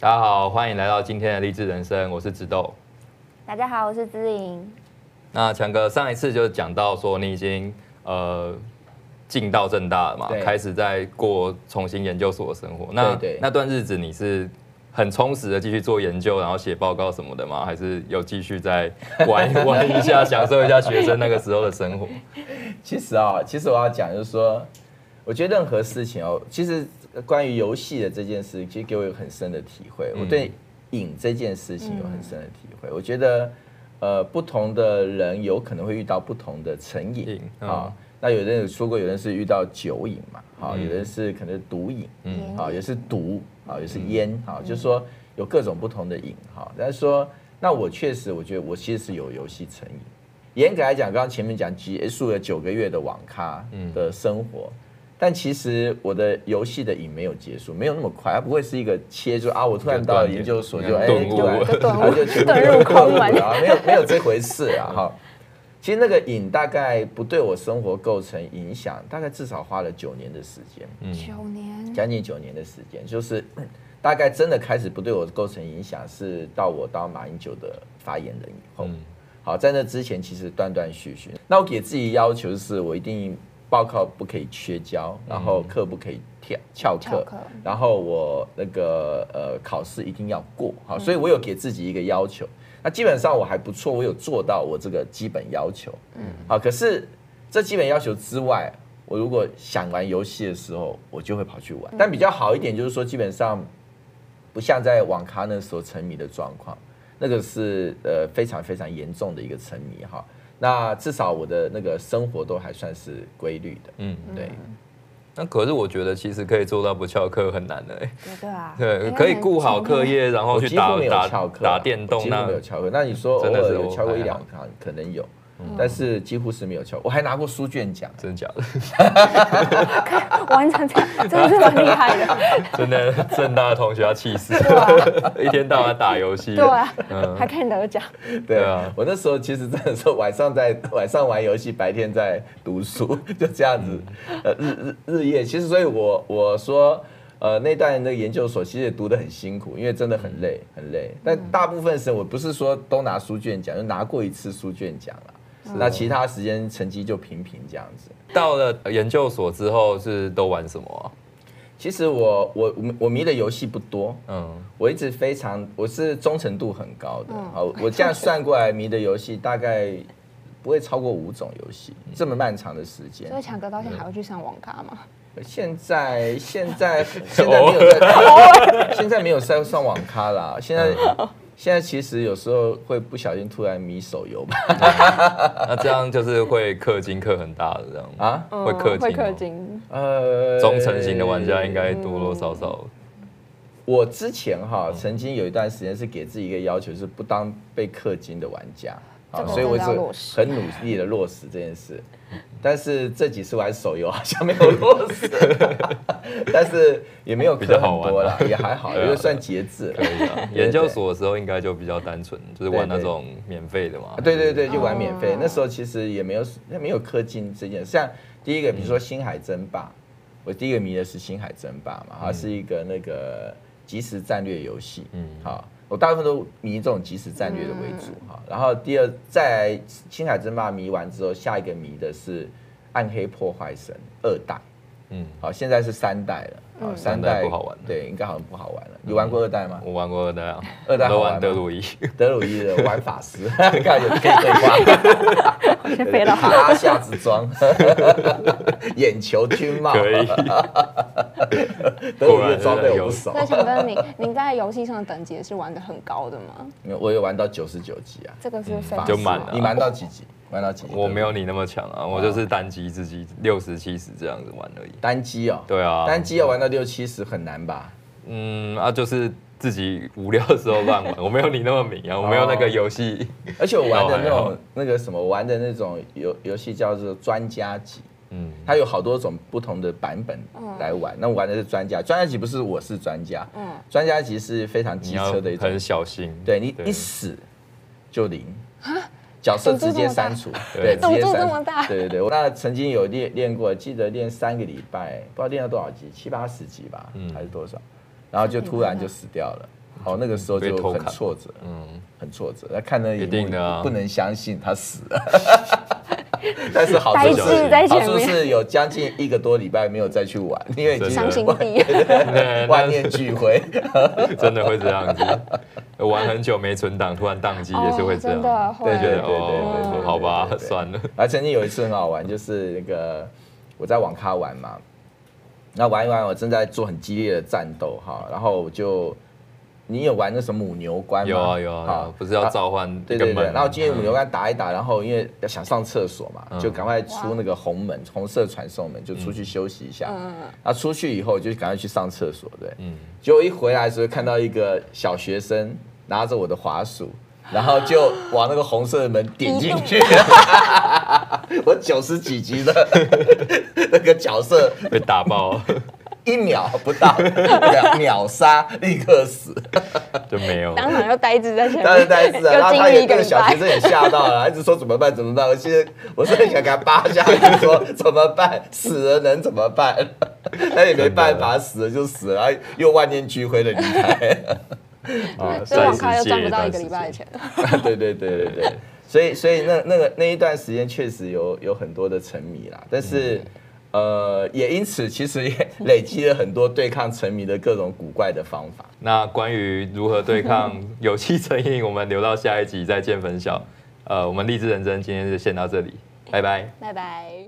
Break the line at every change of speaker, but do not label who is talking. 大家好，欢迎来到今天的励志人生，我是子豆。
大家好，我是知莹。
那强哥上一次就讲到说，你已经呃进到正大了嘛，
对
开始在过重新研究所的生活。那
对对
那段日子你是很充实的继续做研究，然后写报告什么的吗？还是有继续在玩 玩一下，享受一下学生那个时候的生活？
其实啊、其实我要讲就是说，我觉得任何事情哦，其实关于游戏的这件事，其实给我有很深的体会。
嗯
我对瘾这件事情有很深的体会。我觉得，呃，不同的人有可能会遇到不同的成瘾
瘾
啊、那有的人有说过，有人是遇到酒瘾嘛，啊、
嗯
有的人是可能毒瘾，
嗯
啊，也是毒啊，也是
嗯
烟啊，就是说有各种不同的瘾哈。但是说，那我确实，我觉得我其实是有游戏成瘾。严格来讲，刚刚前面讲结束了九个月的网咖的生活，但其实我的游戏的瘾没有结束，没有那么快，它不会是一个切就啊，我突然到了研究所就哎
顿悟
突然
就
顿悟
然后就全部
遁入空门
啊，没有没有这回事啊哈。其实那个瘾大概不对我生活构成影响，大概至少花了九年的时间。
嗯
九年，
将近九年的时间，就是嗯大概真的开始不对我构成影响，是到我当马英九的发言人以后。好，在那之前其实断断续续。那我给自己要求是我一定报告不可以缺交，然后课不可以跳翘
翘
课
课，
然后我那个呃考试一定要过。好，所以我有给自己一个要求。那基本上我还不错，我有做到我这个基本要求。嗯，好，可是这基本要求之外，我如果想玩游戏的时候，我就会跑去玩。但比较好一点就是说，基本上不像在网咖那时候沉迷的状况，那个是呃非常非常严重的一个沉迷哈。那至少我的那个生活都还算是规律的，
嗯，
对，
那可是我觉得其实可以做到不翘课很难的、欸，
对对啊，
对，
应该
可以
很
顾好
前面
课。业，然后
我
去
几乎
打
没有
打
翘课啊，
打电
我
动
几乎
那
没有翘课。那你说偶
真的
尔
是
有
我
翘过
还
一两
好
堂，可能有，但是几乎是没有翘。我还拿过书卷奖，
真的假的？
玩成这样，真的是蛮厉 害的。
真的，正大的同学要气死，
啊
一天到晚打游戏。
对啊，
嗯
还可以得奖。
对
对
啊
啊，
我那时候其实真的是晚上在 晚上玩游戏，白天在读书， 就这样子，呃，日日日夜。其实，所以我我说，呃，那段那个研究所其实也读得很辛苦，因为真的很累，很累。但大部分时间我不是说都拿书卷奖，就拿过一次书卷奖了。那其他时间成绩就平平这样子。
到了研究所之后是都玩什么啊
其实我我我迷的游戏不多，
啊？嗯，
我一直非常，我是忠诚度很高的。好，我这样算过来，迷的游戏大概不会超过五种游戏，这么漫长的时间
所。以强哥到现
嗯
在还会去上网咖吗？
现在现在现在没有在， 现在没有在上网咖啦。现在现在其实有时候会不小心突然迷手游吧。
那这样就是会氪金氪很大的这样吗？
啊，
会氪金、哦
会氪。金。
呃，
忠诚型的玩家应该多多少少，
我之前哈曾经有一段时间是给自己一个要求，是不当被氪金的玩家
这
啊，
个
所以我
真的要落实
是很努力的落实这件事。但是这几次玩手游好像没有落实，但是也没有氪很多啦，也还好，
对啊
也就算节制了
可。以的。 研究所的时候应该就比较单纯，就是玩那种免费的嘛。
对对对，就玩免费
哦。
那时候其实也没有没有氪金这件事，像第一个，比
嗯
如说《星海争霸》，我第一个迷的是《星海争霸》嘛，
嗯
它是一个那个即时战略游戏。嗯，好，我大部分都迷这种即时战略的为主
嗯
哈。然后第二，再来《星海争霸》迷完之后，下一个迷的是《暗黑破坏神》二代。
嗯
嗯，好，现在是三代了，好，
三代不好玩了嗯
对，应该好像不好玩了。你玩过二 代吗？
我玩过二代啊，
二代好
都
玩
玩
吗
德 鲁伊，
德鲁伊的玩法 师，看有可以对话。
先飞到
塔拉夏之装， 眼球军帽，
可 以。
德鲁伊的装备我不熟
所，以强哥，你您在游戏上的等级是玩的很高的吗？
我有玩到九十九级啊，
这个是非
法
常
师
嗯就满了
你玩到几级？玩到几级？
我没有你那么强啊，我就是单机自己六十七十这样子玩而已。
单机哦，
对啊，
单机要玩到六七十很难吧？
嗯啊，就是自己无聊的时候乱玩，我 没有你那么明啊，
哦
我没有那个游戏，
而且我玩的那
哦还好
种那个什么，我玩的那种游游戏叫做专家级，
嗯，
它有好多种不同的版本来玩。那我玩的是专家，专家级不是我是专家，
嗯
专家级是非常
你
机
要
车的一种
很小心，
对你一死就零，
啊
角色直接删除，
对
对，直
赌
接
注这
删
么大
除，对对对。我那曾经有练练过，记得练三个礼
嗯
拜，不知道练了多少级，七八十级吧，还是多少，然后就突然就死掉了。好，那个时候
被
就
偷
很
看
挫折，嗯，很挫折。那看那一
一定的啊
幕，不能相信他死 了。但是好
呆
处
小心
滞在
是，好
前
处
面，
是有将近一个多礼拜没有再去玩，因为已
真
经
的
伤心地。
对，
万
那
念俱灰。
真的会这样子，玩很久没存档，突然宕机也是会这样，
哦真的会
对对
对对对对
哦
对，
好吧
对，对对
算了，
还曾经有一次很好玩，就是那个我在网咖玩嘛，那玩一玩，我正在做很激烈的战斗哈，然后我就你有玩那什么母牛关吗？
有啊有啊有
好
啊，不是要召唤
对
一个
对
门吗，啊
对，然后今天母 牛杆打一打，然后因为想上厕所嘛，
嗯
就赶快出那个红门，红色传送门，就出去休息一下。
嗯，
然后出去以后就赶快去上厕所，对。
嗯，
结果一回来的时候看到一个小学生拿着我的 滑鼠，然后就往那个红色的门顶进 去。我九十几级的 那个角色，
被打爆
一秒不到，秒秒杀，立刻死。
就没有了，啊
当场就呆滞在前面，
但是但是，啊然后
又经
他
历
也
一个
那个
礼
小学
拜。
生也吓到了，一直说怎么办怎么办。我现在我是很想给他扒下去说怎么办，死了能怎么办？但也没办法，死了就死了，然后又万念俱灰的离开。啊
所以
暂
网
时
咖又
戒
赚
一
不到
段
一个
时
礼拜的
间
钱，
对对对对对，所以所以那那个那一段时间确实有有很多的沉迷啦，但
嗯
是。呃，也因此其实也累积了很多对抗沉迷的各种古怪的方法。
那关于如何对 抗有机成瘾，我们留到下一集再见分晓。呃，我们励志人生今天就先到这里，拜拜。
拜拜。